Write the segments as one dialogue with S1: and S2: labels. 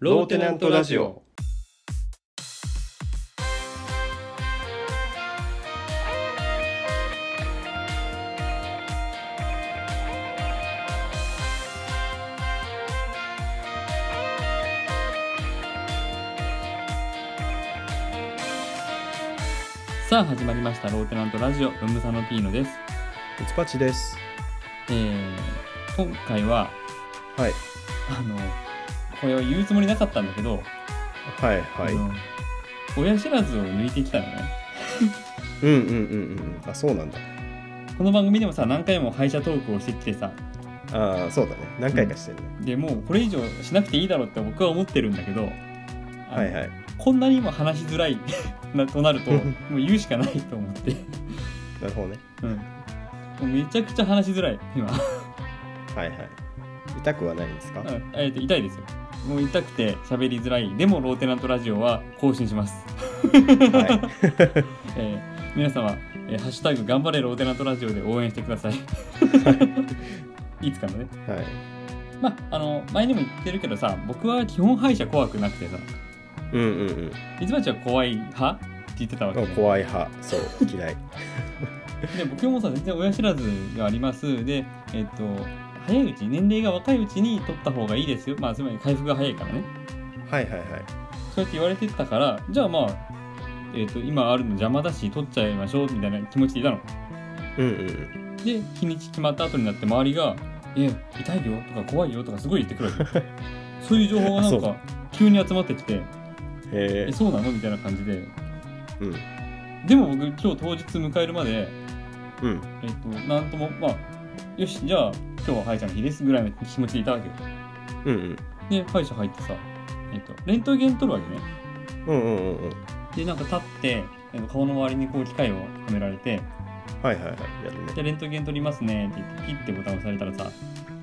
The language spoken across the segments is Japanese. S1: ローテナントラジオ。
S2: さあ始まりましたローテナントラジオブンブサノピーノです、
S1: ミツバチです。
S2: えー、今回は
S1: はい。
S2: あのこれを言うつもりなかったんだけど、
S1: はいはい。
S2: あ
S1: うん
S2: の親知らずを抜いてきたのね
S1: うんうんうん。あ、そうなんだ。
S2: この番組でもさ何回も歯医者トークをしてきてさ
S1: ああ、そうだね。何回かしてるね。
S2: でもうこれ以上しなくていいだろうって僕は思ってるんだけどあ
S1: は
S2: の
S1: いはい。
S2: こんなにも話しづらい な となるともう言うしかないと思って、
S1: なるほどね。
S2: うん、もうめちゃくちゃ話しづらい今
S1: はいはい。痛くはないんですか。
S2: うんえーと痛いですよもう痛くて喋りづらいでもローテナントラジオは更新します、
S1: は
S2: えー皆様、えーハッシュタグ頑張れローテナントラジオ」で応援してくだ さいいつかのね
S1: い。 はい。
S2: まああの前にも言ってるけどさ僕は基本歯医者怖くなくてさ
S1: うんうん
S2: いつまちは怖い派って言ってたわ
S1: う
S2: け
S1: ん。
S2: ね、
S1: あ怖い派。そう、嫌 い。
S2: で僕もさ全然親知らずがありますでえっ、と早いうち年齢が若いうちに取った方がいいですよまあつまり回復が早いからね
S1: はいはいはい。
S2: そうやって言われてたからじゃあまあ、えー、と今あるの邪魔だし取っちゃいましょうみたいな気持ちでいたの
S1: うんうんうん。
S2: で日にち決まった後になって周りが「え痛いよ」とか「怖いよ」とかすごい言ってくるわ けそういう情報がな
S1: あ
S2: ん
S1: そう
S2: か急に集まってきて「
S1: へえ
S2: え。そうなの?」みたいな感じで
S1: うん。
S2: でも僕今日当日迎えるまで
S1: うん。
S2: えっ、となんともまあよしじゃあ今日は歯医者の日ですぐらいの気持ちでいたわけよ
S1: うんうん。
S2: で歯医者入ってさえっ、とレントゲン取るわけね
S1: うんうんうんうん。
S2: でなんか立ってえーと顔の周りにこう機械をはめられて
S1: はいはいはい。やるね
S2: じ。ゃあレントゲン取りますねって言ってピッてボタン押されたらさ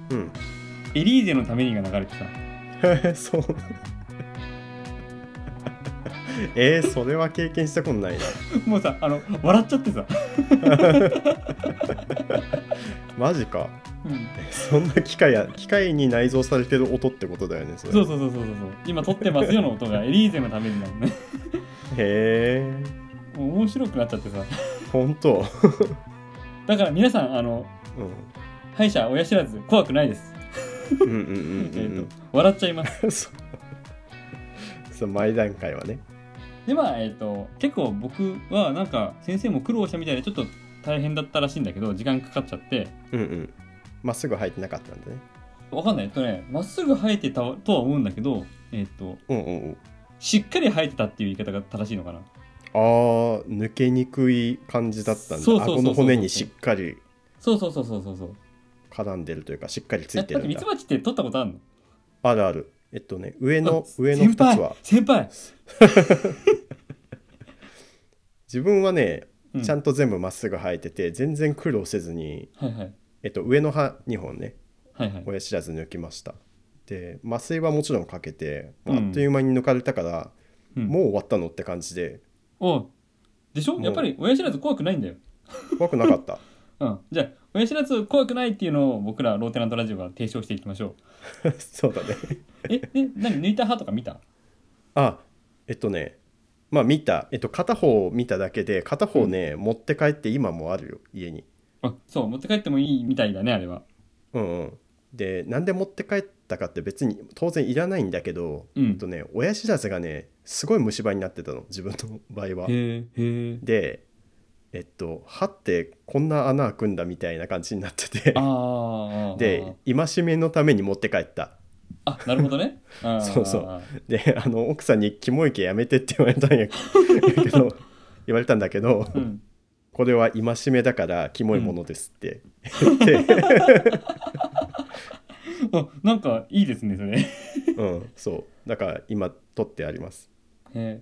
S1: うん。
S2: 「エリーゼのために」が流れてさ
S1: へえ そう。えー、それは経験したことないな。
S2: もうさあの笑っち ゃってさ、
S1: マジか。
S2: うん、
S1: そんな機械や機械に内蔵されてる音ってことだよねそれ
S2: そうそうそうそうそう今撮ってますよの音がエリーゼのためになの ね
S1: へえ
S2: もう面白くなっちゃってさ
S1: 本当
S2: だから皆さんあの
S1: うん
S2: 歯医者親知らず怖くないです、
S1: うんうんうんう
S2: えー
S1: ん
S2: と笑っちゃいます
S1: うんそうそう前段階はね
S2: でまあえっ、と結構僕はなんか先生も苦労したみたいでちょっと大変だったらしいんだけど時間かかっちゃって
S1: うんうんまっすぐ入ってなかったんだね
S2: わかんないえっとねまっすぐ生えてたとは思うんだけどえっ、と
S1: うんうんうん
S2: しっかり生えてたっていう言い方が正しいのかな
S1: あー抜けにくい感じだったんだ
S2: そうそうそうそう
S1: 顎の骨にしっかり
S2: そうそうそうそうそうそう
S1: 絡んでるというかしっかりつ
S2: え
S1: いて
S2: だっ
S1: るん
S2: てミ
S1: だ
S2: ツバチって取ったことあるの
S1: あるあるえっとね上の
S2: あ
S1: 上の2つは
S2: 先輩
S1: 自分はね
S2: 先輩
S1: ちゃん
S2: と、
S1: と全部まっすぐ生えてて全然苦労せずに
S2: うん、はいはい
S1: えっと上の歯2本ね
S2: はいはい
S1: 親知らず抜きましたで麻酔はもちろんかけて、
S2: うん
S1: あっという間に抜かれたから、
S2: うん
S1: もう終わったのって感じで
S2: おうでしょ
S1: う
S2: やっぱり親知らず怖くないんだよ
S1: 怖くなかった
S2: うんじゃあ親知らず怖くないっていうのを僕らローテナントラジオは提唱していきましょう
S1: そうだね
S2: えで何抜いた歯とか見た
S1: あえっとねまあ見た、えっと、片方を見ただけで片方ね、持って帰って今もあるよ家に
S2: あそう持って帰ってもいいみたいだねあれは
S1: うんうんでなんで持って帰ったかって別に当然いらないんだけど、
S2: うん
S1: えっとね親知らずがねすごい虫歯になってたの自分の場合は
S2: へえへえ
S1: でえっと歯ってこんな穴開くんだみたいな感じになってて
S2: あーあー
S1: で戒めのために持って帰った
S2: あなるほどねあー
S1: そうそう
S2: あ
S1: であの奥さんに「キモい毛やめて」って言われたんやけ ど言われたんだけど、
S2: ーうん
S1: これは戒めだからキモいものですって言って、
S2: あなんかいいですねそれへ
S1: うんそうだから今取ってあります
S2: え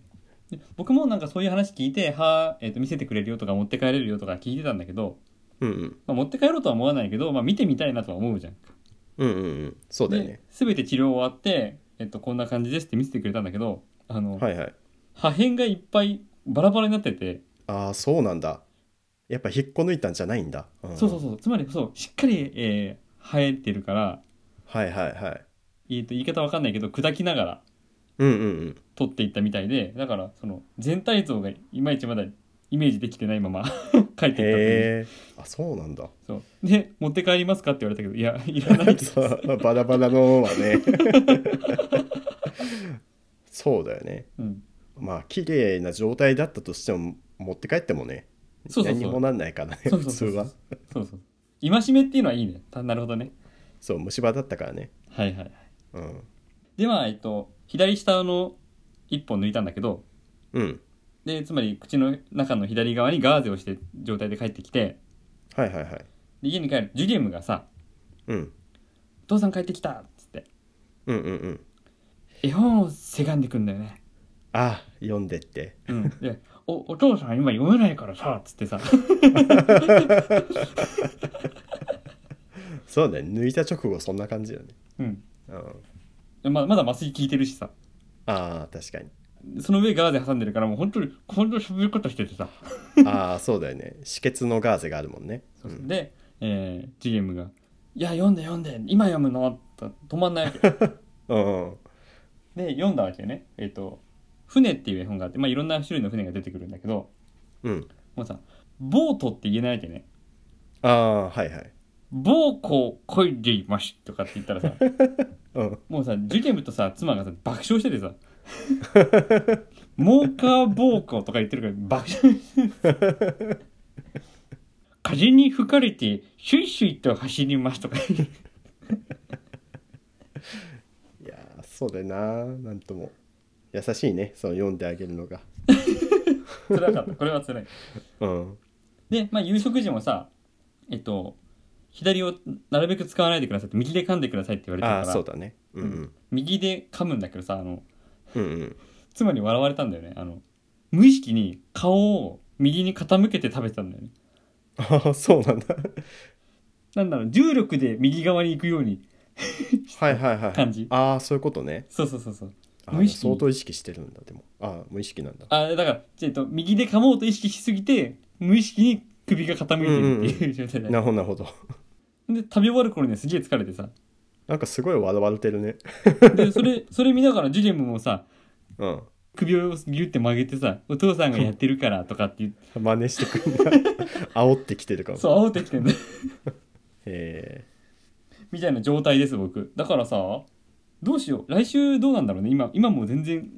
S2: で僕もなんかそういう話聞いて歯、えー、と見せてくれるよとか持って帰れるよとか聞いてたんだけど、
S1: うんうん
S2: まあ、持って帰ろうとは思わないけど、まあ、見てみたいなとは思うじゃん
S1: うんうんうんそうだよね
S2: ですべて治療終わって、えっと、こんな感じですって見せてくれたんだけどあの、
S1: はいはい
S2: 破片がいっぱいバラバラになってて、
S1: ああそうなんだやっぱ引っこ抜いたんじゃないんだ、ん
S2: そうそうそうつまりそうしっかり、えー生えてるから、
S1: はいはいはい
S2: えーと言い方わかんないけど砕きながら
S1: うんうんうん
S2: 取っていったみたいでだからその全体像がいまいちまだイメージできてないまま 帰ってきたっていう
S1: へえあそうなんだ
S2: そうで持って帰りますかって言われたけどいやいらな いです
S1: そうバラバラのは ねそうだよね
S2: うん、
S1: まあ綺麗な状態だったとしても持って帰ってもね
S2: そうそうそう
S1: 何にもなんないからね
S2: そう
S1: 普
S2: そう
S1: 通
S2: そうそう
S1: は
S2: そうそう戒めっていうのはいいねたなるほどね
S1: そう虫歯だったからね
S2: はいはい
S1: うん
S2: ではえっと左下の1本抜いたんだけど
S1: うん
S2: でつまり口の中の左側にガーゼをして状態で帰ってきて
S1: はいはいはい
S2: で家に帰るジュリウムがさ
S1: うん
S2: 「お父さん帰ってきた!」っつって
S1: うんうんうん
S2: 絵本をせがんでくんだよね
S1: あ読んでって
S2: うん、でおお父さん今読めないからさっつってさ
S1: そうだね抜いた直後そんな感じよね
S2: うん
S1: うん
S2: でままだ麻酔効いてるしさ
S1: ああ確かに
S2: その上ガーゼ挟んでるからもう本当に本当にそういうことしててさ、
S1: ああそうだよね止血のガーゼがあるもんねうん
S2: で、えー、ジュリウムが「いや読んで読んで今読むの」と止まんないわけ
S1: うんうん
S2: で読んだわけよねえっ、と「船」っていう絵本があって、まあ、いろんな種類の船が出てくるんだけど
S1: うん
S2: もうさ「ボート」って言えないわけね
S1: ああはいはい
S2: 「ボーコを漕いでいます」とかって言っ たらさ
S1: うん
S2: もうさジュリウムとさ妻がさ爆笑してて さ「モーカーボーコ」とか言ってるから爆笑してる風に吹かれてシュイシュイと走りますとか
S1: いやーそうだよななんとも優しいねその読んであげるのが
S2: 辛かったこれは辛い
S1: うん
S2: で、まあ、夕食時もさえっと左をなるべく使わないでくださいって右で噛んでくださいって言われて
S1: あ
S2: る
S1: あ
S2: から
S1: そうだねうんうん
S2: 右で噛むんだけどさあの
S1: うんうん
S2: 妻に笑われたんだよねあの無意識に顔を右に傾けて食べてたんだよね
S1: あ あそうなんだ
S2: なんだろう重力で右側に行くように
S1: はいはいはい
S2: 感じ
S1: ああそういうことね
S2: そうそうそうそう
S1: あ
S2: 無
S1: ー
S2: 意識に
S1: 相当意識してるんだでもああ無意識なんだ
S2: あだからえっと右で噛もうと意識しすぎて無意識に首が傾いてるっていう状態だ、
S1: なるほどなるほど
S2: で食べ終わる頃にはすげえ疲れて さ
S1: なんかすごい笑われてるね
S2: でそれそれ見ながらジュリアムもさ
S1: うん
S2: 首をギュッて曲げてさ「お父さんがやってるから」とかって言って
S1: 真似してく るんだ煽ってきてるかも
S2: そう煽ってきてんだ
S1: へ
S2: みたいな状態です僕だからさどうしよう来週どうなんだろうね今今もう全然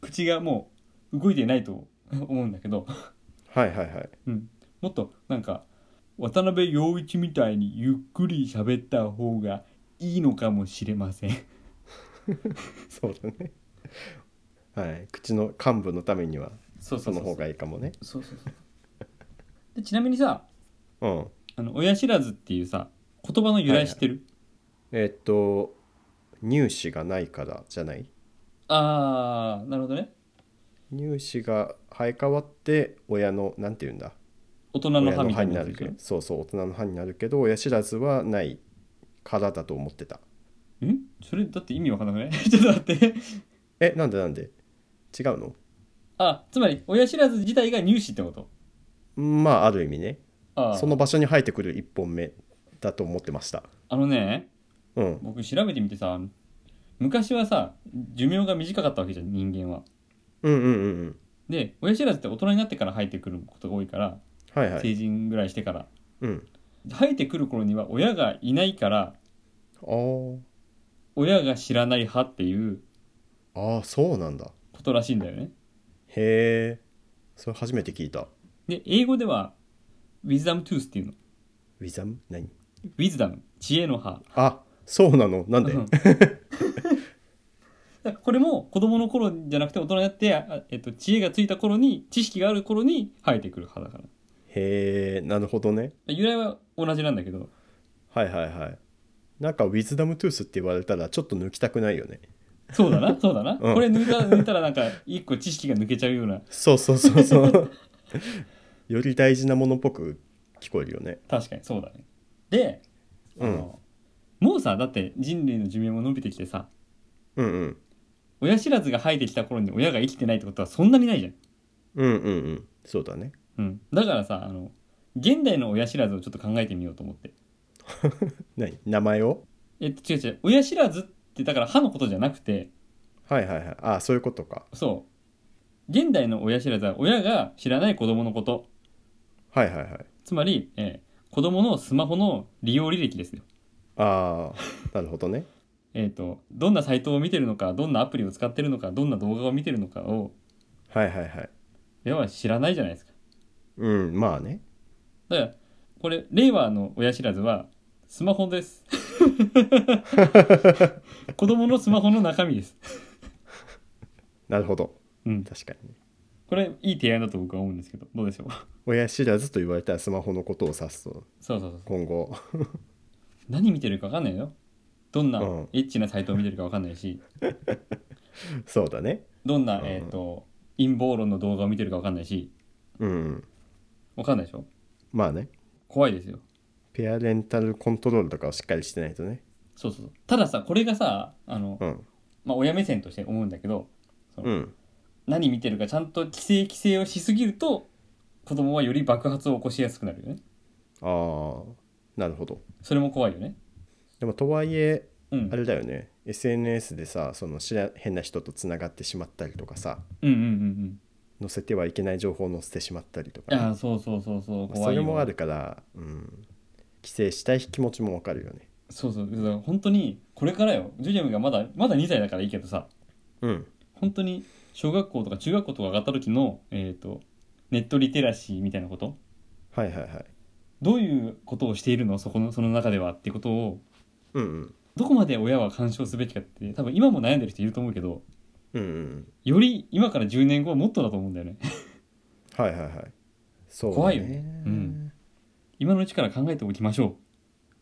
S2: 口がもう動いてないと思うんだけど、
S1: えはいはいはい
S2: うん、もっとなんか渡辺陽一みたいにゆっくり喋った方がいいのかもしれません
S1: そうだねはい口の幹部のためには
S2: そう
S1: その方がいいかもね
S2: そうそうそうでちなみにさ
S1: うん
S2: あの親知らずっていうさ言葉の由来知ってる、
S1: えーっと乳歯がないからじゃない
S2: ああなるほどね
S1: 乳歯が生え変わって親のなんて言うんだ
S2: 大人の
S1: 親
S2: 歯
S1: の
S2: みた
S1: 歯
S2: い
S1: に
S2: な
S1: な
S2: やつ
S1: る
S2: でし
S1: け
S2: ょ
S1: どそうそう大人の歯になるけど親知らずはないからだと思ってた
S2: んそれだって意味わかんなくない ちょっと待って
S1: えなんでなんで違うの
S2: あつまり親知らず自体が乳歯ってこと
S1: まあある意味ね
S2: ああ
S1: その場所に生えてくる1本目だと思ってました
S2: あのね
S1: うん
S2: 僕調べてみてさ昔はさ寿命が短かったわけじゃん人間は
S1: うんうんうんうん
S2: で親知らずって大人になってから生えてくることが多いから、
S1: はいはい
S2: 成人ぐらいしてから
S1: うん
S2: 生えてくる頃には親がいないから
S1: あー
S2: 親が知らない歯っていう
S1: あーそうなんだ
S2: ことらしいんだよね
S1: へえそれ初めて聞いた
S2: で英語では wisdom tooth っていうの
S1: ウィザム何
S2: wisdom 知恵の歯
S1: あそうなのなんで
S2: うん だからこれも子供の頃じゃなくて大人になって、あえっと、知恵がついた頃に知識がある頃に生えてくる歯だから
S1: へえなるほどね
S2: 由来は同じなんだけど
S1: はいはいはいなんかウィズダムトゥースって言われたらちょっと抜きたくないよね
S2: そうだなそうだな、
S1: うん
S2: これ抜いた抜いたらなんか一個知識が抜けちゃうような
S1: そうそうそうそうより大事なものっぽく聞こえるよね
S2: 確かにそうだねで、あのもうさだって人類の寿命も伸びてきてさ
S1: うんうん
S2: 親知らずが生えてきた頃に親が生きてないってことはそんなにないじゃん、
S1: うんうんうんそうだね
S2: うん、だからさあの現代の親知らずをちょっと考えてみようと思って
S1: 何名前を
S2: えっと違う違う親知らずってだから歯のことじゃなくて
S1: はいはいはいあそういうことか
S2: そう現代の親知らずは親が知らない子供のこと
S1: はいはいはい
S2: つまり、えー子供のスマホの利用履歴ですよ
S1: ああなるほどね
S2: えっ、とどんなサイトを見てるのかどんなアプリを使ってるのかどんな動画を見てるのかを
S1: はいはいはい
S2: 親は知らないじゃないですか
S1: うんまあね
S2: だからこれ令和の親知らずはスマホです 子供のスマホの中身です、
S1: なるほど
S2: うん、
S1: 確かにね
S2: これいい提案だと僕は思うんですけどどうでしょう
S1: 親知らずと言われたらスマホのことを指すと
S2: そうそうそう
S1: 今後
S2: 何見てるか分かんないよどんな
S1: うん
S2: エッチなサイトを見てるか分かんないし、
S1: そうだね
S2: どんな
S1: う、ん
S2: えー、と陰謀論の動画を見てるか分かんないし
S1: うん
S2: 分かんないでしょ
S1: まあね
S2: 怖いですよ
S1: ペアレンタルコントロールとかをしっかりしてないとね
S2: そうそうそうたださこれがさあの、
S1: うん
S2: まあ、親目線として思うんだけど
S1: うん
S2: 何見てるかちゃんと規制規制をしすぎると子供はより爆発を起こしやすくなるよね
S1: ああなるほど
S2: それも怖いよね
S1: でもとはいえ
S2: うん
S1: あれだよね SNS でさその知ら変な人とつながってしまったりとかさ
S2: うんうんうん
S1: 載せてはいけない情報を載せてしまったりと
S2: うんい
S1: か、
S2: やそうそうそうそう
S1: まあ
S2: 怖
S1: そ
S2: い
S1: れ
S2: よ
S1: もあるから、うん、規制したい気持ちもわかるよね
S2: そうそうだから本当にこれからよジュリアムがまだまだ2歳だからいいけどさ
S1: うん
S2: 本当に小学校とか中学校とか上がった時の、えー、とネットリテラシーみたいなこと
S1: はいはいはい
S2: どういうことをしているのそこのその中ではっていうことを
S1: うんうん
S2: どこまで親は干渉すべきかって多分今も悩んでる人いると思うけど
S1: うんうん
S2: より今から10年後はもっとだと思うんだよね
S1: はいはいはいそう、ね、
S2: 怖いよねうん今のうちから考えておきましょ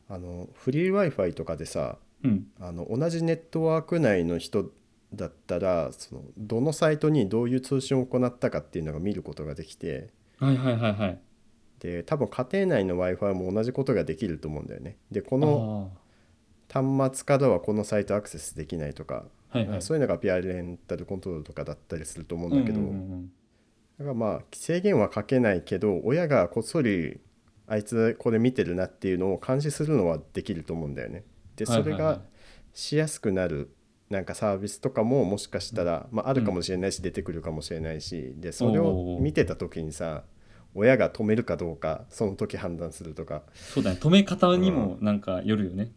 S1: あのフリー w i f i とかでさ
S2: ううん
S1: あの同じネットワーク内の人だったらそのどのサイトにどういう通信を行ったかっていうのが見ることができて
S2: はいはいはいはい
S1: で多分家庭内の w i f i も同じことができると思うんだよね。でこ
S2: こ
S1: の端末からはこのサイトアクセスできないとか、
S2: はいはい
S1: そういうのがピアレンタルコントロールとかだったりすると思うんだけど、
S2: うんうんうんうん
S1: だからまあ制限はかけないけど親がこっそりあいつこれ見てるなっていうのを監視するのはできると思うんだよね。で
S2: はい
S1: そ
S2: はい
S1: れ
S2: はい
S1: がしやすくなるなんかサービスとかももしかしたら、まあ、あるかもしれないし出てくるかもしれないしでそれ
S2: おうおう
S1: を
S2: おう
S1: 見てた時にさ親が止めるかどうかその時判断するとか
S2: そうだね止め方にもなんかよるよね、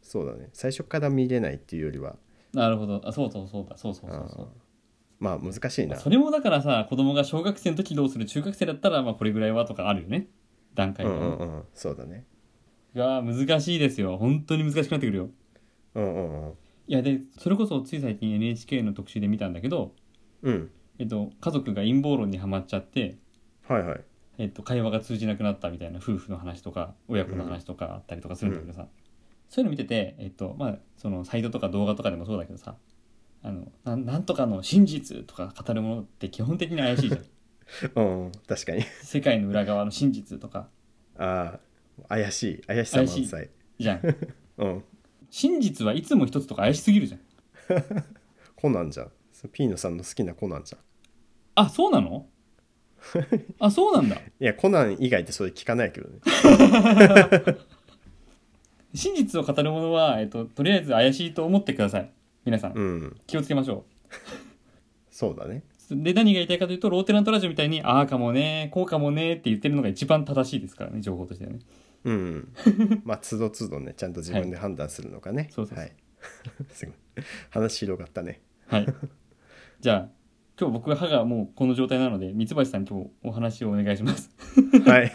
S1: そうだね最初から見れないっていうよりは
S2: なるほどあそうそうそうだそうそうそうそう
S1: まあ難しいな
S2: それもだからさ子供が小学生の時どうする中学生だったらまあこれぐらいはとかあるよね段階
S1: う
S2: が、
S1: んうんうんそうだね
S2: いやー難しいですよ本当に難しくなってくるよ
S1: うんうんうん
S2: いやでそれこそつい最近 NHK の特集で見たんだけど、
S1: うん
S2: えっと、家族が陰謀論にはまっちゃって、
S1: はいはい
S2: えっと、会話が通じなくなったみたいな夫婦の話とか親子の話とかあったりとかするんだけどさ、そういうの見てて、えっとまあ、そのサイトとか動画とかでもそうだけどさあのなんなんとかの真実とか語るものって基本的に怪しいじ
S1: う
S2: ゃん
S1: んうん確かに
S2: 世界の裏側の真実とか
S1: ああ怪しい怪しさ満
S2: 怪し
S1: 載
S2: じゃん
S1: うん
S2: 真実はいつも一つとか怪しすぎるじゃん
S1: コナンじゃんそれピーノさんの好きなコナンじゃん
S2: あそうな のあそうなんだ
S1: いやコナン以外ってそれ聞かないけど ね
S2: 真実を語るものは、えっと、とりあえず怪しいと思ってください皆さん
S1: うん
S2: 気をつけましょ
S1: そうだね
S2: うで何が言いたいかというとローテナントラジオみたいにああかもねこうかもねって言ってるのが一番正しいですからね情報としてはね
S1: うんまあつどつどねちゃんと自分で判断するのかね、はい、
S2: そうそうそう
S1: すごい話広がったね
S2: はい じゃあ今日僕は歯がもうこの状態なので三橋さん今日お話をお願いします
S1: はい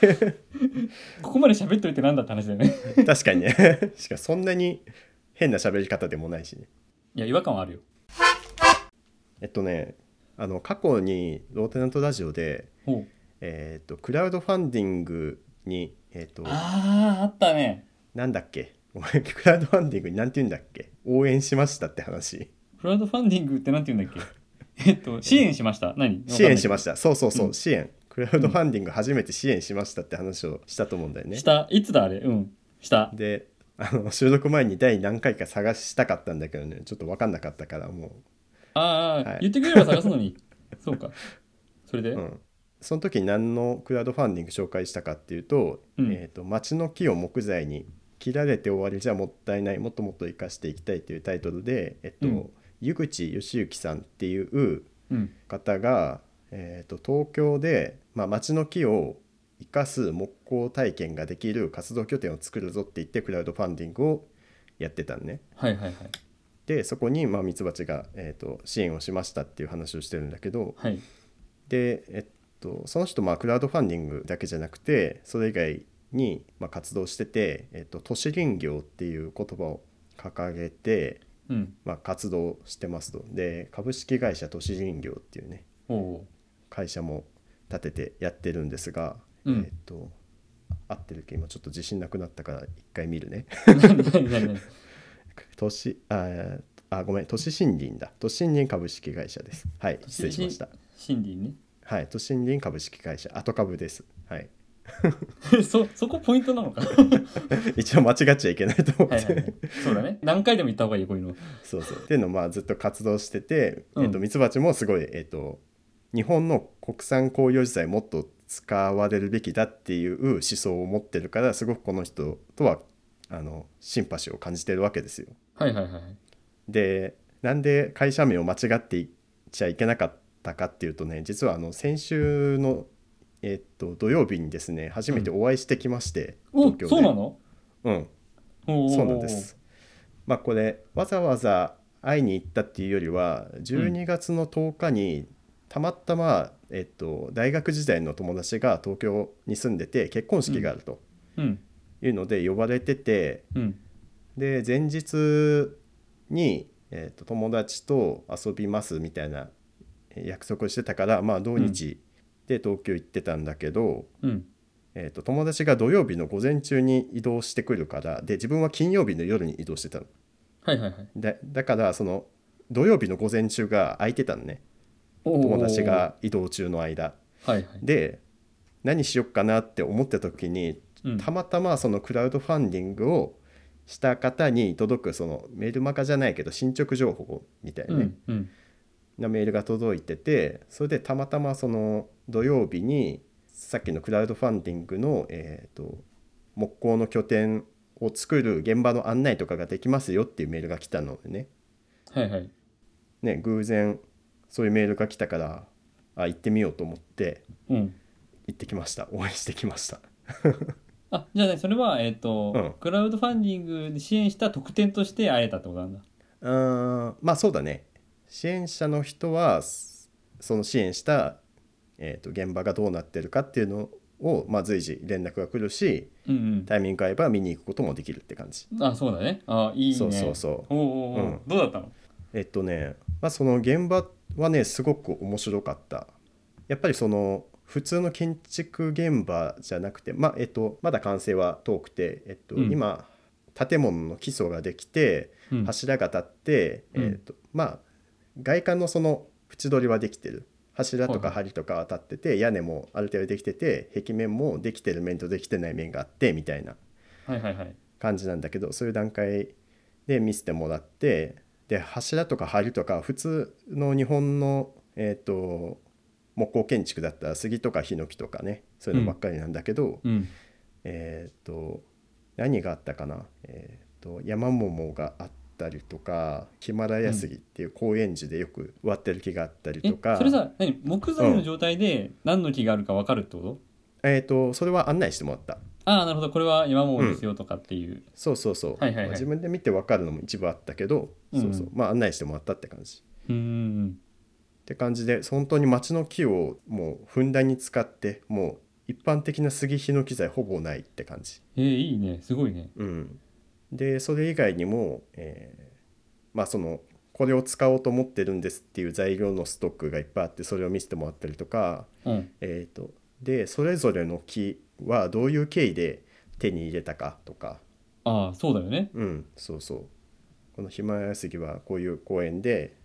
S2: ここまで喋っといてなんだって話だよね
S1: 確かにね しかもそんなに変な喋り方でもないしね
S2: いや違和感はあるよ
S1: えっとねあの過去にローテナントラジオで
S2: ほう
S1: えっとクラウドファンディングにえっと
S2: あああったね
S1: なんだっけ ごめんクラウドファンディングになんて言うんだっけ応援しましたって話
S2: クラウドファンディングってなんて言うんだっけえっと支援しました何
S1: 支援しま
S2: し
S1: したそうそうそう、
S2: うん
S1: 支援クラウドファンディング初めて支援しましたって話をしたと思うんだよね
S2: したいつだあれうんした
S1: であの収録前に第何回か探したかったんだけどねちょっと分かんなかったからも
S2: ああ、
S1: はい
S2: 言ってくれれば探すのにそうかそれで、
S1: う、うん、その時何のクラウドファンディング紹介したかっていうと,、
S2: うん
S1: えー、と町の木を木材に切られて終わりじゃもったいないもっともっと生かしていきたいというタイトルで、えっと
S2: うん
S1: 湯口義行さんっていう
S2: うん
S1: 方が、えー、と東京で、まあ、町の木を生かす木工体験ができる活動拠点を作るぞって言ってクラウドファンディングをやってたんね。
S2: はいはいはい
S1: でそこにまあミツバチが、えー、と支援をしましたっていう話をしてるんだけど
S2: はい
S1: で、えっと、その人まあクラウドファンディングだけじゃなくてそれ以外にまあ活動してて、えっと、都市林業っていう言葉を掲げて、
S2: うん
S1: まあ、活動してますと。で株式会社都市林業っていうね
S2: おお
S1: 会社も立ててやってるんですが、
S2: うん
S1: えっと合ってるっけ今ちょっと自信なくなったから一回見るね。
S2: ー何何何何
S1: 都市あーあごめん都市森林だ都市森林株式会社ですはい失礼しました
S2: シンディね
S1: はい都市森林株式会社後株ですはい
S2: そそこポイントなのかは
S1: 一応間違っちゃいけないと思って、
S2: いはい、はい、そうだね何回でも言った方がいいよこういうの
S1: そうそうっていうのをまあずっと活動してて、
S2: うん
S1: えっとミツバチもすごい、えっと日本の国産紅葉自体もっと使われるべきだっていう思想を持ってるからすごくこの人とはあのシンパシーを感じてるわけですよ。
S2: はいはいはい
S1: でなんで会社名を間違っていっちゃいけなかったかっていうとね実はあの先週の、えっと土曜日にですね初めてお会いしてきまして、
S2: お
S1: 東京で
S2: そうなの
S1: うん
S2: おー
S1: そうなんです。まあこれわざわざ会いに行ったっていうよりは12月の10日にたまたま、えっと、大学時代の友達が東京に住んでて結婚式があると
S2: うん
S1: いうので呼ばれてて、
S2: うん
S1: で前日に、えっと、友達と遊びますみたいな約束をしてたから、まあ、同日で東京行ってたんだけど、
S2: うん
S1: えっと友達が土曜日の午前中に移動してくるからで自分は金曜日の夜に移動してたの。
S2: はいはいはい
S1: だだからその土曜日の午前中が空いてたのね
S2: おー
S1: 友達が移動中の間
S2: はいはい
S1: で何しよっかなって思ってた時に
S2: うん
S1: たまたまそのクラウドファンディングをした方に届くそのメールマガじゃないけど進捗情報みたいな
S2: う
S1: ね、
S2: んうん
S1: なメールが届いててそれでたまたまその土曜日にさっきのクラウドファンディングの、えー、と木工の拠点を作る現場の案内とかができますよっていうメールが来たのでね
S2: はいはい
S1: ね偶然そういうメールが来たからあ行ってみようと思って
S2: うん
S1: 行ってきました応援してきました
S2: あじゃあねそれはえっ、と、
S1: うん
S2: クラウドファンディングで支援した特典として会えたってことなんだ
S1: うーんまあそうだね支援者の人はそその支援した、えー、と現場がどうなってるかっていうのを、まあ、随時連絡が来るし
S2: うん
S1: タイミング合えば見に行くこともできるって感じ。
S2: うんあそうだねあいいね
S1: そうそうそう
S2: おうおうおう
S1: うん
S2: どうだったの
S1: えっとね、まあ、その現場はねすごく面白かった。やっぱりその普通の建築現場じゃなくて、まあえっと、まだ完成は遠くて、えっと
S2: うん
S1: 今建物の基礎ができて
S2: うん
S1: 柱が立って、
S2: うん
S1: えっとまあ、外観のその縁取りはできてる柱と
S2: はいは
S1: か
S2: い
S1: 梁とかは立ってて屋根もある程度できてて壁面もできてる面とできてない面があってみたいな
S2: はいはいはい
S1: 感じなんだけどそういう段階で見せてもらってで柱とか梁とか普通の日本の、えー、と木工建築だったら杉とかヒノキとかねそういうのばっかりなんだけど、
S2: うん
S1: えっ、と何があったかな、えー、と山桃があったりとかヒマラヤ杉っていう高円寺でよく割ってる木があったり
S2: え
S1: とか、
S2: それさ何木材の状態で何の木があるか分かるってこと、
S1: えー、とそれは案内してもらった。
S2: ああなるほどこれは山桃ですよとかっていう、
S1: そうそうそう、
S2: はいはいはい
S1: まあ自分で見て分かるのも一部あったけど、そうそう
S2: うん
S1: まあ案内してもらったって感じ
S2: うんうん
S1: って感じで本当に町の木をもうふんだんに使ってもう一般的な杉ヒノキ材ほぼないって感じ。
S2: えー、いいねすごいね
S1: うん、でそれ以外にも、えーまあそのこれを使おうと思ってるんですっていう材料のストックがいっぱいあってそれを見せてもらったりとか、
S2: うん
S1: えー、とでそれぞれの木はどういう経緯で手に入れたかとか
S2: ああそうだよね
S1: うんそうそうこのヒマラヤ杉はこういう公園で、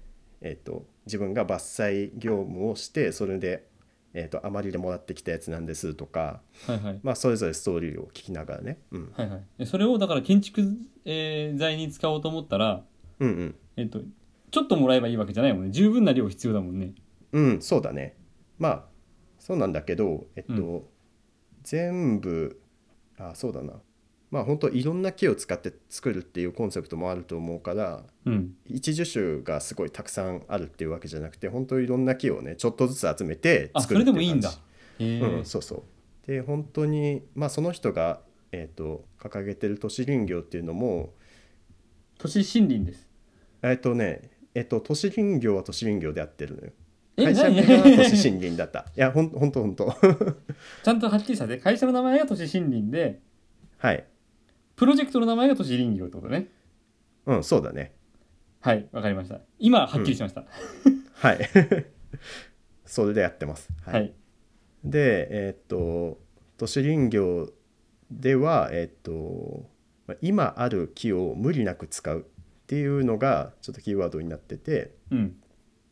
S1: えっと自分が伐採業務をしてそれで、えっと余りでもらってきたやつなんですとか、
S2: はいはい
S1: まあ、それぞれストーリーを聞きながらね、うん、
S2: はいはいえそれをだから建築、えー材に使おうと思ったら
S1: うんうん
S2: えっとちょっともらえばいいわけじゃないもんね十分な量必要だもんね
S1: うんそうだねまあそうなんだけどえっと、
S2: う
S1: 全部あそうだなまあ本当いろんな木を使って作るっていうコンセプトもあると思うから
S2: うん
S1: 一樹種がすごいたくさんあるっていうわけじゃなくて本当いろんな木をねちょっとずつ集めて
S2: あ
S1: 作
S2: そ
S1: る
S2: れ
S1: って
S2: で
S1: いう
S2: もいいん
S1: 感じ
S2: だへえ、
S1: うん、そうそうで本当にまあその人が、えー、と掲げてる都市林業っていうのも
S2: 都市森林です
S1: えっ、とねえっ、と都市林業は都市林業でやってるのよ
S2: え
S1: 会社名が
S2: 何
S1: 都市森林だった いやほんほんとほんと
S2: ちゃんとはっきりさせて会社の名前が都市森林で
S1: はい
S2: プロジェクトの名前が都市林業ってことね
S1: うんそうだね
S2: はいわかりました今はっきりしました、
S1: はい それでやってますはい、
S2: はい
S1: でえっ、と都市林業ではえっ、とまあ今ある木を無理なく使うっていうのがちょっとキーワードになってて
S2: うん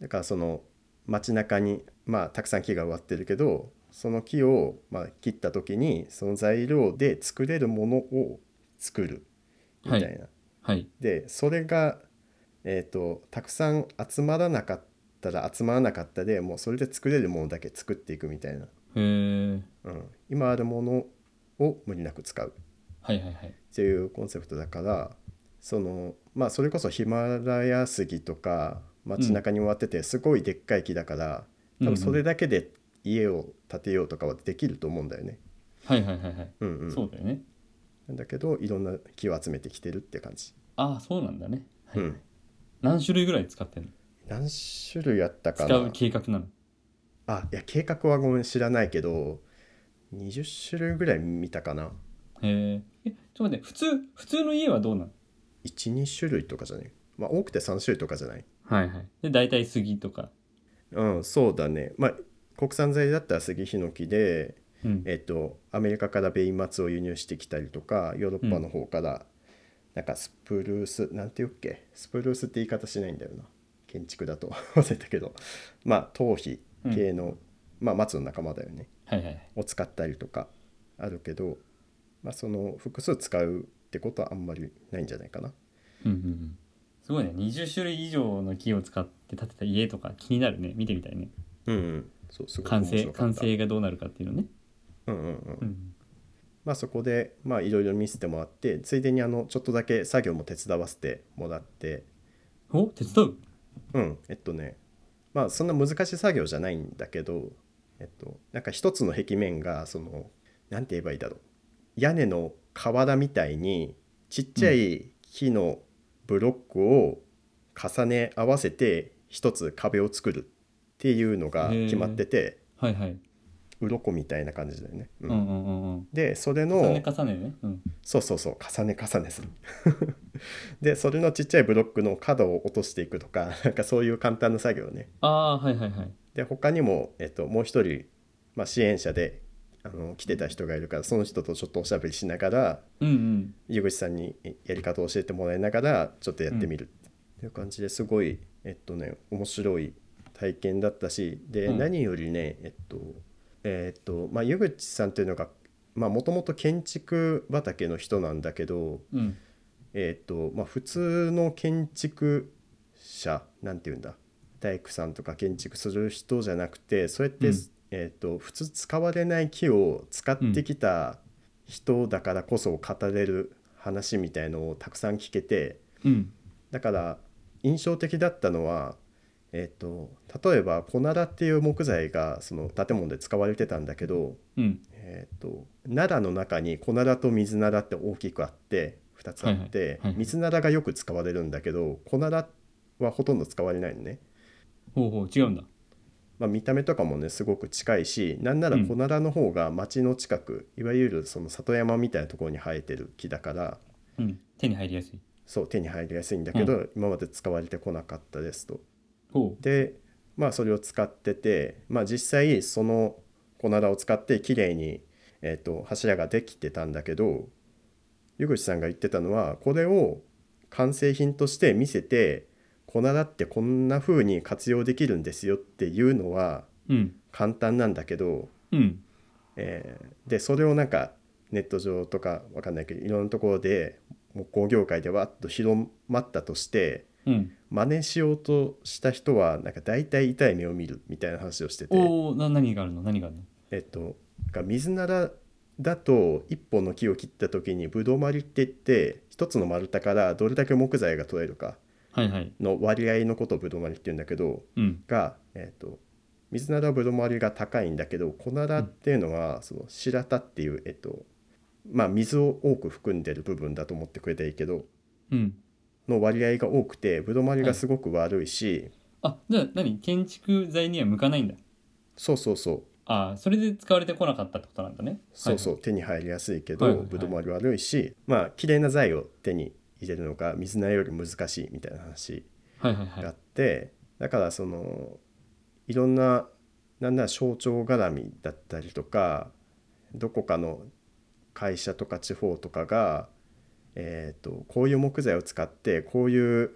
S1: だからその街中にまあたくさん木が植わってるけどその木をまあ切った時にその材料で作れるものを作るみたいな。
S2: はい
S1: でそれが、えー、とたくさん集まらなかったら集まらなかったでもうそれで作れるものだけ作っていくみたいな、
S2: へえ
S1: うん、今あるものを無理なく使う
S2: はいはいはい
S1: っていうコンセプトだからそのまあそれこそヒマラヤ杉とか街中に植わっててすごいでっかい木だから、
S2: うん
S1: 多
S2: うんうん
S1: 分それだけで家を建てようとかはできると思うんだよね。
S2: はいはいはいはい、
S1: うんうん、
S2: そうだよね
S1: なんだけどいろんな木を集めてきてるって感じ。
S2: ああそうなんだね、はい
S1: うん、
S2: 何種類ぐらい使ってんの
S1: 何種類あったか
S2: 使
S1: な
S2: う計画なの
S1: あいや計画はごめん知らないけど20種類ぐらい見たかな
S2: へええちょっと待って普通普通の家はどうなの
S1: 12種類とかじゃないまあ多くて3種類とかじゃない
S2: はいはいで大体杉とか
S1: うんそうだねまあ国産材だったら杉ヒノキで
S2: うん
S1: えっとアメリカからベイマツを輸入してきたりとかヨーロッパの方から、なんかスプルースなんて言うっけスプルースって言い方しないんだよな建築だと 忘れたけどまあ頭皮系の、まあ松の仲間だよね
S2: はいはいはい
S1: を使ったりとかあるけど、まあ、その複数使うってことはあんまりないんじゃないかな。
S2: うんうんうんすごいね20種類以上の木を使って建てた家とか気になるね見てみたいね
S1: うん、うん、そうすごく
S2: 完
S1: 面
S2: 成
S1: 白かった
S2: 完成がどうなるかっていうのね
S1: うんうんうん
S2: うん
S1: まあ、そこでまあいろいろ見せてもらってついでにあのちょっとだけ作業も手伝わせてもらって
S2: お手伝う
S1: うんえっとねまあそんな難しい作業じゃないんだけどえっとなんか一つの壁面がそのなんて言えばいいだろう屋根の瓦みたいにちっちゃい木のブロックを重ね合わせて一つ壁を作るっていうのが決まってて
S2: はいはい
S1: 鱗みたいな感じだよね。う
S2: うんんうんうんうん
S1: でそれの
S2: 重ね重ねねうん
S1: そうそうそう重ね重ねする でそれのちっちゃいブロックの角を落としていくとか なんかそういう簡単な作業ね
S2: ああーはいはいはい
S1: で他にも、えっと、もう一人、まあ、支援者であの来てた人がいるからその人とちょっとおしゃべりしながら
S2: うんうん
S1: 湯口さんにえやり方を教えてもらいながらちょっとやってみるっていう感じですごい、えっとね面白い体験だったしで、
S2: うん
S1: 何よりねえっとえっとまあ湯口さんっていうのがもともと建築畑の人なんだけど
S2: うん
S1: えっとまあ普通の建築者なんて言うんだ大工さんとか建築する人じゃなくてそうやって、
S2: うん
S1: えっと普通使われない木を使ってきた人だからこそ語れる話みたいのをたくさん聞けて
S2: うん
S1: だから印象的だったのは、えっと例えばコナラっていう木材がその建物で使われてたんだけど、
S2: うん
S1: えー、と奈良の中にコナラと水ナラって大きくあって2つあって、
S2: はいはいはいはい
S1: 水ナラがよく使われるんだけどコナラはほとんど使われないのね、
S2: ほうほう違うんだ
S1: まあ、見た目とかもねすごく近いしなんなら
S2: うん
S1: コナラの方が町の近く、いわゆるその里山みたいなところに生えてる木だから
S2: うん手に入りやすい
S1: そう手に入りやすいんだけど、今まで使われてこなかったですと。
S2: ほ
S1: でまあそれを使ってて、まあ、実際そのコナラを使って綺麗にえっと柱ができてたんだけど湯口さんが言ってたのはこれを完成品として見せてコナラってこんな風に活用できるんですよっていうのは
S2: ううん
S1: 簡単なんだけど、
S2: うん
S1: えーでそれをなんかネット上とかわかんないけどいろんなところで木工業界でわっと広まったとして
S2: うん
S1: 真似しようとした人はなんか大体痛い目を見るみたいな話をしてて、
S2: おおな何があるの何があるの
S1: えっと、なんか水ならだと一本の木を切った時にブドウ割りって言って一つの丸太からどれだけ木材が取れるか
S2: はいはい。
S1: の割合のことをブドウ割りって言うんだけど
S2: うん。
S1: が、えー、と水ならブドウ割りが高いんだけどコナラっていうのはその白田っていう、えっとまあ、水を多く含んでる部分だと思ってくれていいけど
S2: うん。
S1: の割合が多くてブドウ割りがすごく悪いし、
S2: あ、じゃあ何建築材には向かないんだ。
S1: そうそうそう
S2: ああ、それで使われてこなかったってことなんだね。。
S1: そうそうう、手に入りやすいけど、
S2: はいはいはい
S1: ぶどうもり悪いしまあ綺麗な材を手に入れるのが水菜より難しいみたいな話
S2: はいはいはい。
S1: があ
S2: はい
S1: って、だからそのいろんななんなら象徴絡みだったりとかどこかの会社とか地方とかが、えー、とこういう木材を使ってこういう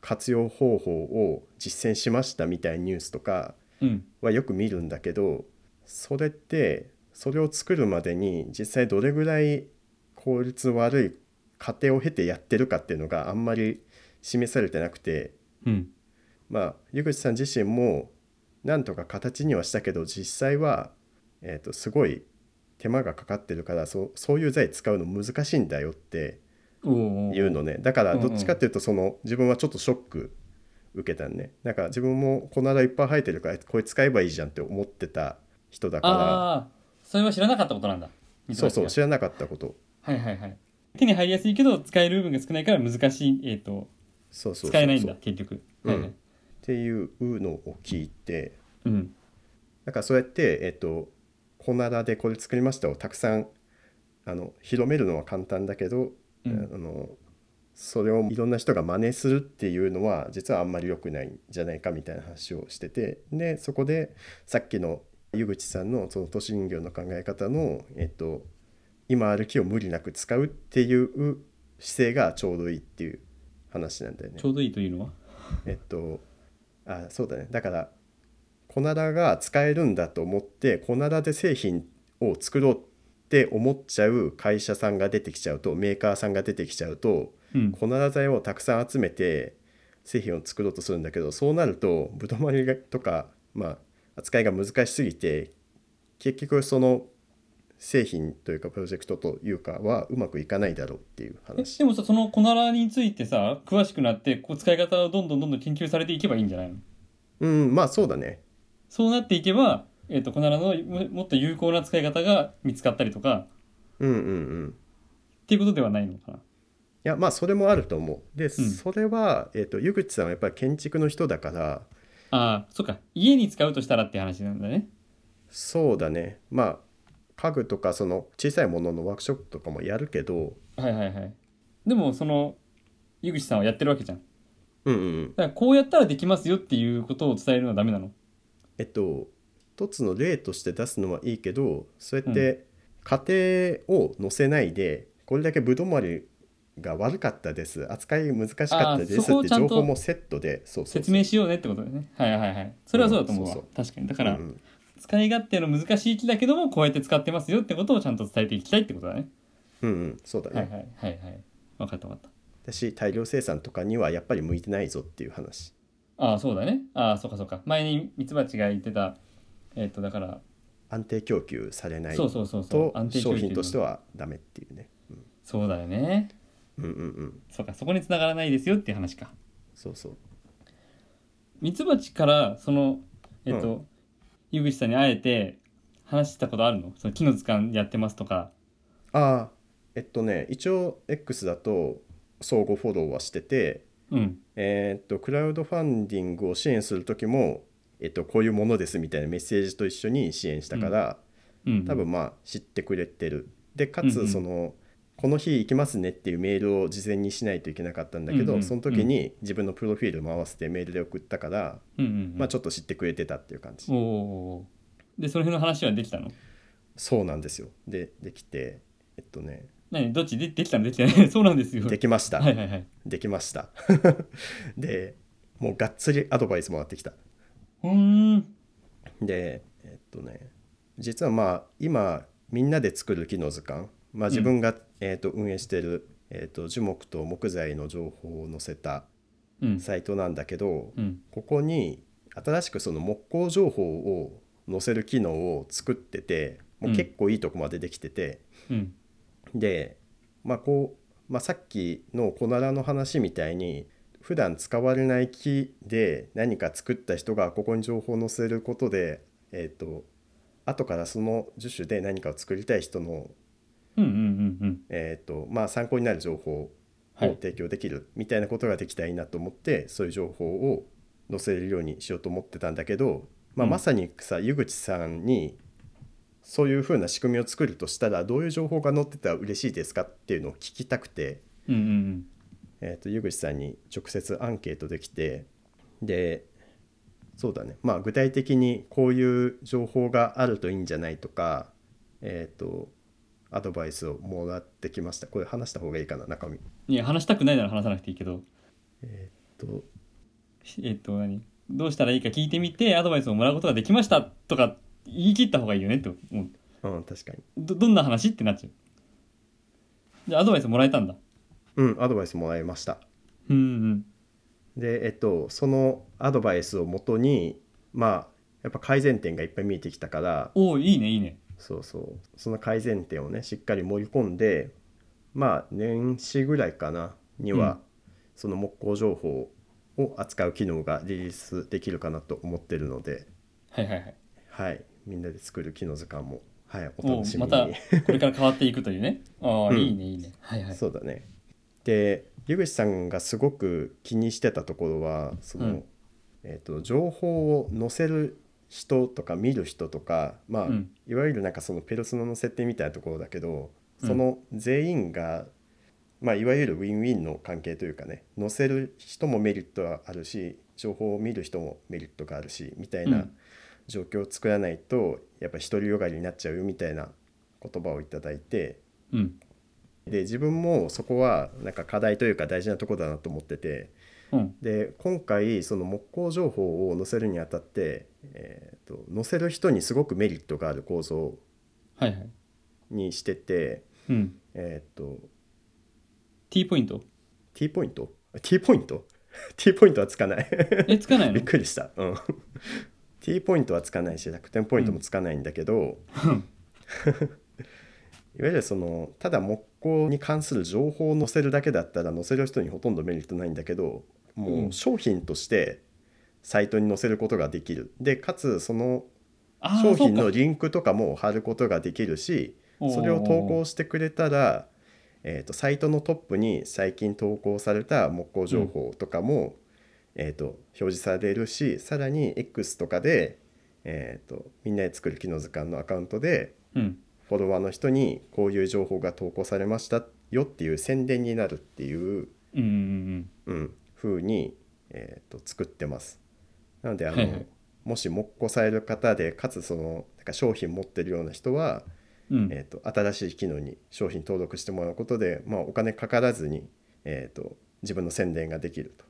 S1: 活用方法を実践しましたみたいなニュースとか
S2: うん。
S1: はよく見るんだけどそれってそれを作るまでに実際どれぐらい効率悪い過程を経てやってるかっていうのがあんまり示されてなくて
S2: うん。
S1: まあ湯口さん自身もなんとか形にはしたけど実際は、えー、とすごい手間がかかってるからそうそういう材使うの難しいんだよって
S2: おお。
S1: 言うのねだから
S2: うんう
S1: ど
S2: ん
S1: っちかっていうとその自分はちょっとショック受けたんねだから自分もこの間いっぱい生えてるからこれ使えばいいじゃんって思ってた人だか
S2: ああ、それは知らなかったことなんだ。
S1: らそうそう
S2: 水
S1: 知らなかったこと
S2: 橋がはいはいはい。手に入りやすいけど、使える部分が少ないから難しい、えっ、と、
S1: そうそうそうそう
S2: 使えないんだ、
S1: っ
S2: 結局。
S1: うん
S2: はいはい。
S1: ていうのを聞いて
S2: うん。
S1: だからそうやってえっ、と「コナラでこれ作りました」をたくさんあの広めるのは簡単だけど、
S2: うん
S1: あのそれをいろんな人が真似するっていうのは実はあんまり良くないんじゃないかみたいな話をしててでそこでさっきの湯口さんのその都市林業の考え方の、えっと、今ある木を無理なく使うっていう姿勢がちょうどいいっていう話なんだよね
S2: ち。ょうどいいというのは
S1: えっとあそうだねだからコナラが使えるんだと思ってコナラで製品を作ろうって思っちゃう会社さんが出てきちゃうとメーカーさんが出てきちゃうと
S2: うん。
S1: コナラ材をたくさん集めて製品を作ろうとするんだけどそうなるとぶどまりがとか、まあ、扱いが難しすぎて結局その製品というかプロジェクトというかはうまくいかないだろうっていう
S2: え
S1: 話
S2: でもさ、そのコナラについてさ、詳しくなって、こう使い方をどんどんどんどん研究されていけばいいんじゃないの
S1: うんまあそうだね
S2: そうなっていけば、えっ、と、コナラのももっと有効な使い方が見つかったりとか、
S1: うんうんうん
S2: っていうことではないのかな。
S1: いやまあそれもあると思うで、
S2: ん
S1: それは、えー、と湯口さんはやっぱり建築の人だから
S2: ああ、そっか。家に使うとしたらって話なんだね。
S1: そうだねまあ家具とかその小さいもののワークショップとかもやるけど
S2: はいはいはい。でも、その、湯口さんはやってるわけじゃん。
S1: うんうんうん
S2: だからこうやったらできますよっていうことを伝えるのはダメなの
S1: えっと一つの例として出すのはいいけどそうやって家庭を載せないで、これだけぶどまりが悪かったです扱い難しかったで
S2: あー
S1: すっ
S2: そこを
S1: て
S2: ちゃん
S1: 情
S2: と
S1: 報もセットでそうそう
S2: 説
S1: そう
S2: 明しようねってことだよねはいはいはいそれはそうだと思うわ、
S1: うんそう
S2: 確かにだから、
S1: うんうん
S2: 使い勝手の難しい木だけどもこうやって使ってますよってことをちゃんと伝えていきたいってことだね
S1: うんうんそうだね、
S2: はいはいはいはい分かった分かっ
S1: 私大量生産とかにはやっぱり向いてないぞっていう話
S2: たああそうだねああそうかそうか前にミツバチが言ってたえっ、とだから、
S1: 安定供給されない
S2: そうそうそうそう
S1: と商品として
S2: は
S1: はダメっていうね。
S2: そうだよね
S1: うんうんうん。
S2: そうかそこに繋がらないですよっていう話か
S1: そうそう。
S2: ミツバチからそのえっ、と、湯口さんに会えて話したことあるのその木の図鑑やってますとか
S1: ああ、えっとね、一応 X だと相互フォローはしてて、
S2: うん
S1: えーっと、クラウドファンディングを支援する時も、えっと、こういうものですみたいなメッセージと一緒に支援したから、
S2: うん
S1: 多分まあ知ってくれてる。で、か
S2: うんう
S1: つ
S2: ん
S1: その、この日行きますねっていうメールを事前にしないといけなかったんだけど、
S2: うんうん
S1: その時に自分のプロフィールも合わせてメールで送ったから、
S2: うんうんうん
S1: まあちょっと知ってくれてたっていう感じ。
S2: おーおーでその辺の話はできたの
S1: そうなんですよ。で、できて、えっとね、
S2: 何どっちでできたのできたの そうなんですよ
S1: できました。
S2: はいはいはい
S1: できました。 で、もうがっつりアドバイスもらってきた。
S2: うーん
S1: で、えっとね、実はまあ、今、みんなで作る木の図鑑、まあ、自分が、えっと運営してる、えっと樹木と木材の情報を載せた
S2: うん
S1: サイトなんだけど、
S2: うん
S1: ここに新しくその木工情報を載せる機能を作ってて、もう結構いいとこまでできてて、
S2: うん
S1: で、まあこうまあ、さっきのコナラの話みたいに普段使われない木で何か作った人がここに情報を載せることで、えー、と後からその樹種で何かを作りたい人の、
S2: うんうんうんうん
S1: えーとまあ、参考になる情報を
S2: はい
S1: 提供できるみたいなことができたらいいなと思って、そういう情報を載せれるようにしようと思ってたんだけど、まあ、
S2: うん
S1: まさにさ、湯口さんにそういうふうな仕組みを作るとしたらどういう情報が載ってたら嬉しいですかっていうのを聞きたくて、
S2: うんうんうん
S1: えー、と湯口さんに直接アンケートできてでそうだねまあ具体的にこういう情報があるといいんじゃないとかえっ、とアドバイスをもらってきましたこれ話した方がいいかな中身
S2: いや話したくないなら話さなくていいけど
S1: と
S2: えっと何どうしたらいいか聞いてみてアドバイスをもらうことができましたとか言い切った方がいいよねって思う
S1: うん確かに
S2: どどんな話ってなっちゃうじゃあアドバイスもらえたんだ
S1: うんアドバイスもらいました
S2: うんうん
S1: でえっとそのアドバイスをもとにまあやっぱ改善点がいっぱい見えてきたから
S2: おおいいねいいね
S1: そうそうその改善点をねしっかり盛り込んでまあ年始ぐらいかなには、
S2: うん
S1: その木工情報を扱う機能がリリースできるかなと思ってるので
S2: はいはいはい
S1: はいみんなで作る機能図鑑もはいお
S2: お
S1: 楽
S2: う
S1: しみ
S2: ま
S1: に、
S2: たこれから変わっていくというねああ、
S1: うん
S2: いいねいいねはいはい
S1: そうだねで湯口さんがすごく気にしてたところはその、
S2: うん
S1: えー、と情報を載せる人とか見る人とか、まあ
S2: うん
S1: いわゆるなんかそのペルソナの設定みたいなところだけど
S2: うん
S1: その全員が、まあ、いわゆるウィンウィンの関係というかね載せる人もメリットはあるし情報を見る人もメリットがあるしみたいな
S2: うん
S1: 状況を作らないと、やっぱ独りよがりになっちゃうよみたいな言葉をいただいて
S2: うん
S1: で自分もそこはなんか課題というか大事なとこだなと思ってて
S2: うん
S1: で今回その木工情報を載せるにあたって、えー、と載せる人にすごくメリットがある構造
S2: はいはい
S1: にしてて、
S2: うん
S1: えー、と
S2: T ポイント
S1: T ポイント T ポイント T ポイントはつかない
S2: えつかない
S1: び
S2: の
S1: っくりした、うん、T ポイントはつかないし楽天ポイントもつかないんだけど、 いわゆるそのただ木工に関する情報を載せるだけだったら載せる人にほとんどメリットないんだけど
S2: う
S1: も
S2: ん
S1: う商品としてサイトに載せることができるでかつその
S2: ああ
S1: 商品
S2: そう
S1: の
S2: か
S1: リンクとかも貼ることができるし
S2: おー
S1: それを投稿してくれたら、えー、とサイトのトップに最近投稿された木工情報とかも、えー、と表示されるしさらに X とかで、えー、とみんなで作る機能図鑑のアカウントで
S2: うん
S1: フォロワーの人にこういう情報が投稿されましたよっていう宣伝になるっていう、
S2: うんうんうん
S1: うん、風に、えー、と作ってます。なのであの、
S2: はいはい
S1: もし木工される方でかつそのなんか商品持ってるような人は、
S2: うんうん
S1: えー、と新しい機能に商品登録してもらうことで、まあ、お金かからずに、えー、と自分の宣伝ができると。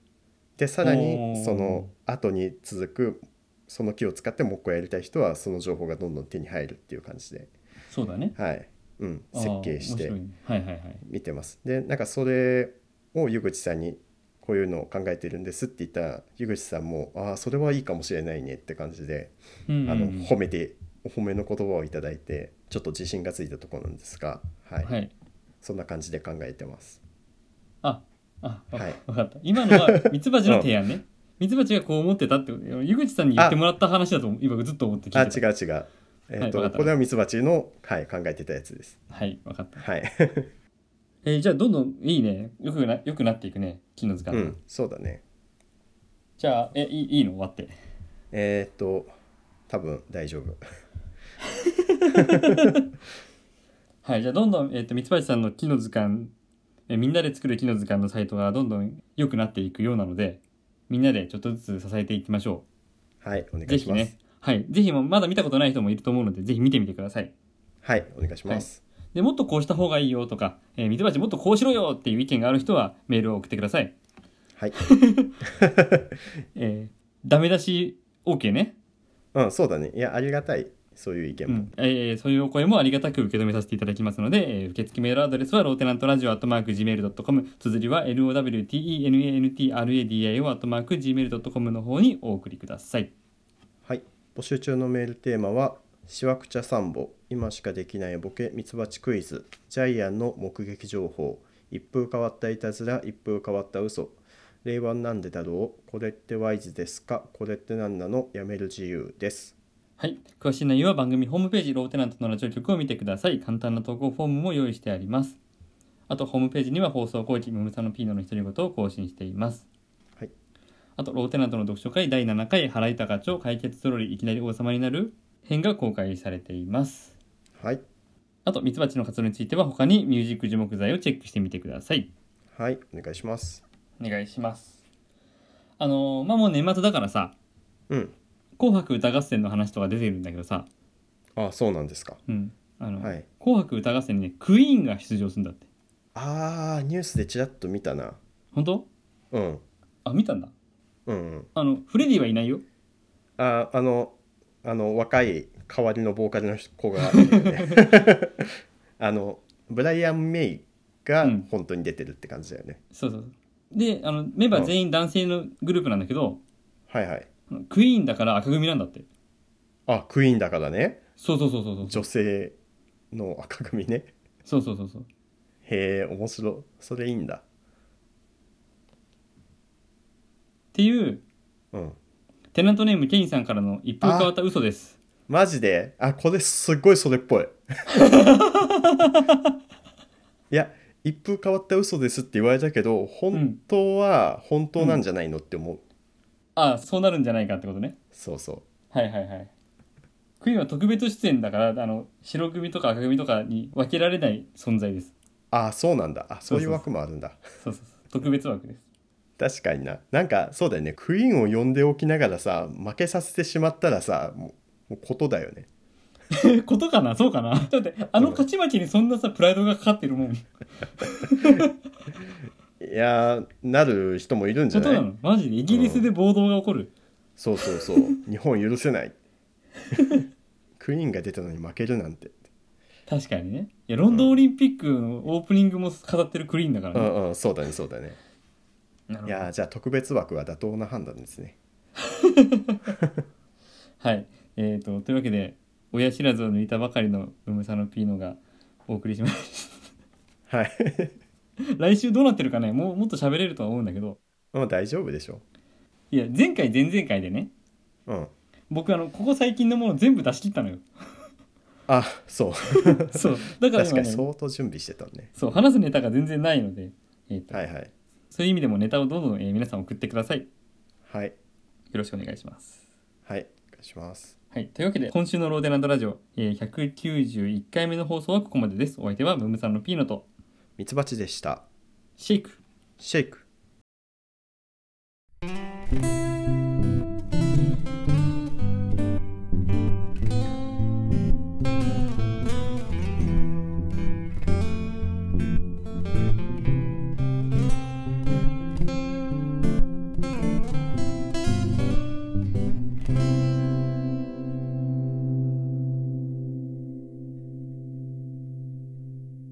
S1: でさら
S2: おー
S1: にその後に続くその木を使って木工やりたい人はその情報がどんどん手に入るっていう感じで、
S2: そうだね
S1: はいうん、
S2: ああ
S1: 設計し
S2: 面白
S1: て
S2: いねはいはいはい
S1: 見てます。でなんかそれを湯口さんにこういうのを考えてるんですって言ったら湯口さんも「ああそれはいいかもしれないね」って感じで
S2: うんうん
S1: あの
S2: うん
S1: 褒めてお褒めの言葉をいただいてちょっと自信がついたところなんですが、はい
S2: はい
S1: そんな感じで考えてます。
S2: ああわ
S1: はい
S2: わかった今のはミツバチの提案ねミツバチがこう思ってたってこと湯口さんに言ってもらった話だと今ずっと思って聞いて
S1: あ
S2: た
S1: 違う違う。えっと、
S2: わかった
S1: これはミツバチの、はい、考えてたやつです。
S2: はいわかった
S1: はい。
S2: えーじゃあどんどんいいねよくなよくなっていくね金の図
S1: う
S2: 鑑、
S1: ん、そうだね。
S2: じゃあえいいいいの終わって
S1: えっと、多分大丈夫。
S2: はいじゃあどんどん、えー、と三橋さんの木の図鑑、えーみんなで作る木の図鑑のサイトがどんどん良くなっていくようなのでみんなでちょっとずつ支えていきましょ
S1: はい、お願
S2: うぜ
S1: いし
S2: ひ
S1: ます。
S2: ねはいぜひもまだ見たことない人もいると思うのでぜひ見てみてください
S1: はい、お願いします。
S2: でもっとこうした方がいいよとか、えー、ミツバチもっとこうしろよっていう意見がある人はメールを送ってください。
S1: はい。
S2: えー、ダメ出し OK ね、
S1: うん、そうだね。いや、ありがたい。そういう意
S2: う
S1: 見も。
S2: んえーそういうお声もありがたく受け止めさせていただきますので、えー受付メールアドレスはローテナントラジオアットマーク Gmail.com、綴りは LOWTENANTRADIO アットマーク Gmail.com の方にお送りください。
S1: はい。募集中のメールテーマは、しわくちゃ散歩今しかできないボケミツバチクイズジャイアンの目撃情報一風変わったいたずら一風変わった嘘令和なんでだろうこれってワイズですかこれって何なのやめる自由です
S2: はい。詳しい内容は番組ホームページ、ローテナントのラジオ局を見てください。簡単な投稿フォームも用意してあります。あと、ホームページには放送後期、ムムサのピーノの独り言を更新しています。
S1: はい。
S2: あと、ローテナントの読書会第7回、払いた課長解決ゾロリ、いきなり王様になる編が公開されています。
S1: はい
S2: あと、ミツバチの活動については他にミュージック樹木材をチェックしてみてください。
S1: はいお願いします
S2: お願いします。あのーまあ、もう年末だからさ、
S1: うん
S2: 紅白歌合戦の話とか出てるんだけどさ、
S1: あそうなんですか
S2: うん。あの、
S1: はい
S2: 紅白歌合戦にねクイーンが出場するんだって
S1: あーニュースでちらっと見たな
S2: 本当
S1: うん
S2: あ見たんだ
S1: うんうん
S2: あのフレディはいないよ
S1: ああのあの若い代わりのボーカルの子が、ね、 あのブライアン・メイが
S2: うん
S1: 本当に出てるって感じだよね、
S2: そうそうそうであのメンバー全員男性のグループなんだけど、
S1: はいはい
S2: あのクイーンだから赤組なんだって
S1: あクイーンだからね
S2: そうそうそうそうそう
S1: 女性の赤組ね
S2: そうそうそうそう
S1: へえ面白それいいんだ
S2: っていう
S1: うん
S2: テナントネームケインさんからの一風変わった嘘です
S1: マジであこれすっごいそれっ ぽいいや一風変わった嘘ですって言われたけど本当は本当なんじゃないのって思う、
S2: ああそうなるんじゃないかってことね
S1: そうそう
S2: はいはいはいクイーンは特別出演だからあの白組とか赤組とかに分けられない存在です
S1: あそうなんだあそういう
S2: そうそうそう
S1: 枠もあるんだ
S2: そうそうそう特別枠です
S1: 確かにななんかそうだよねクイーンを呼んでおきながらさ負けさせてしまったらさもうもうことだよね
S2: えことかなそうかなだってあの勝ち負けにそんなさプライドがかかってるもんこ
S1: いやーなる人もいるんじ
S2: と
S1: ゃな
S2: ないのマジでイギリスで暴動が起こる、
S1: そうそうそう 日本許せない クイーンが出たのに負けるなんて
S2: 確かにねいやロンドンオリンピックのオープニングも飾ってるクリーンだか
S1: う
S2: らね、
S1: んうんそうだねそうだね
S2: なるほ
S1: い
S2: ど
S1: やーじゃあ特別枠は妥当な判断ですね
S2: はいえー、とというわけで親知らずを抜いたばかりのムムサノピーノがお送りしまし
S1: はい
S2: た 来週どうなってるかねもうもっと喋れるとは思うんだけど
S1: まあ大丈夫でしょ
S2: いや前回前々回でね
S1: ううん
S2: 僕あのここ最近のもの全部出し切ったのよ
S1: あそう
S2: そう だから
S1: 確
S2: 今
S1: か
S2: ね
S1: に相当準備してたね
S2: そう話すネタが全然ないので、えーと
S1: はいはい
S2: そういう意味でもネタをどんどん、えー皆さん送ってください。よ
S1: はい
S2: ろしくお願いします。
S1: はいお願いします
S2: はい。というわけで、今週のローデランドラジオ、えー191回目の放送はここまでです。お相手はムムさんのピーノと
S1: ミツバチでした
S2: シェイク。
S1: シェイク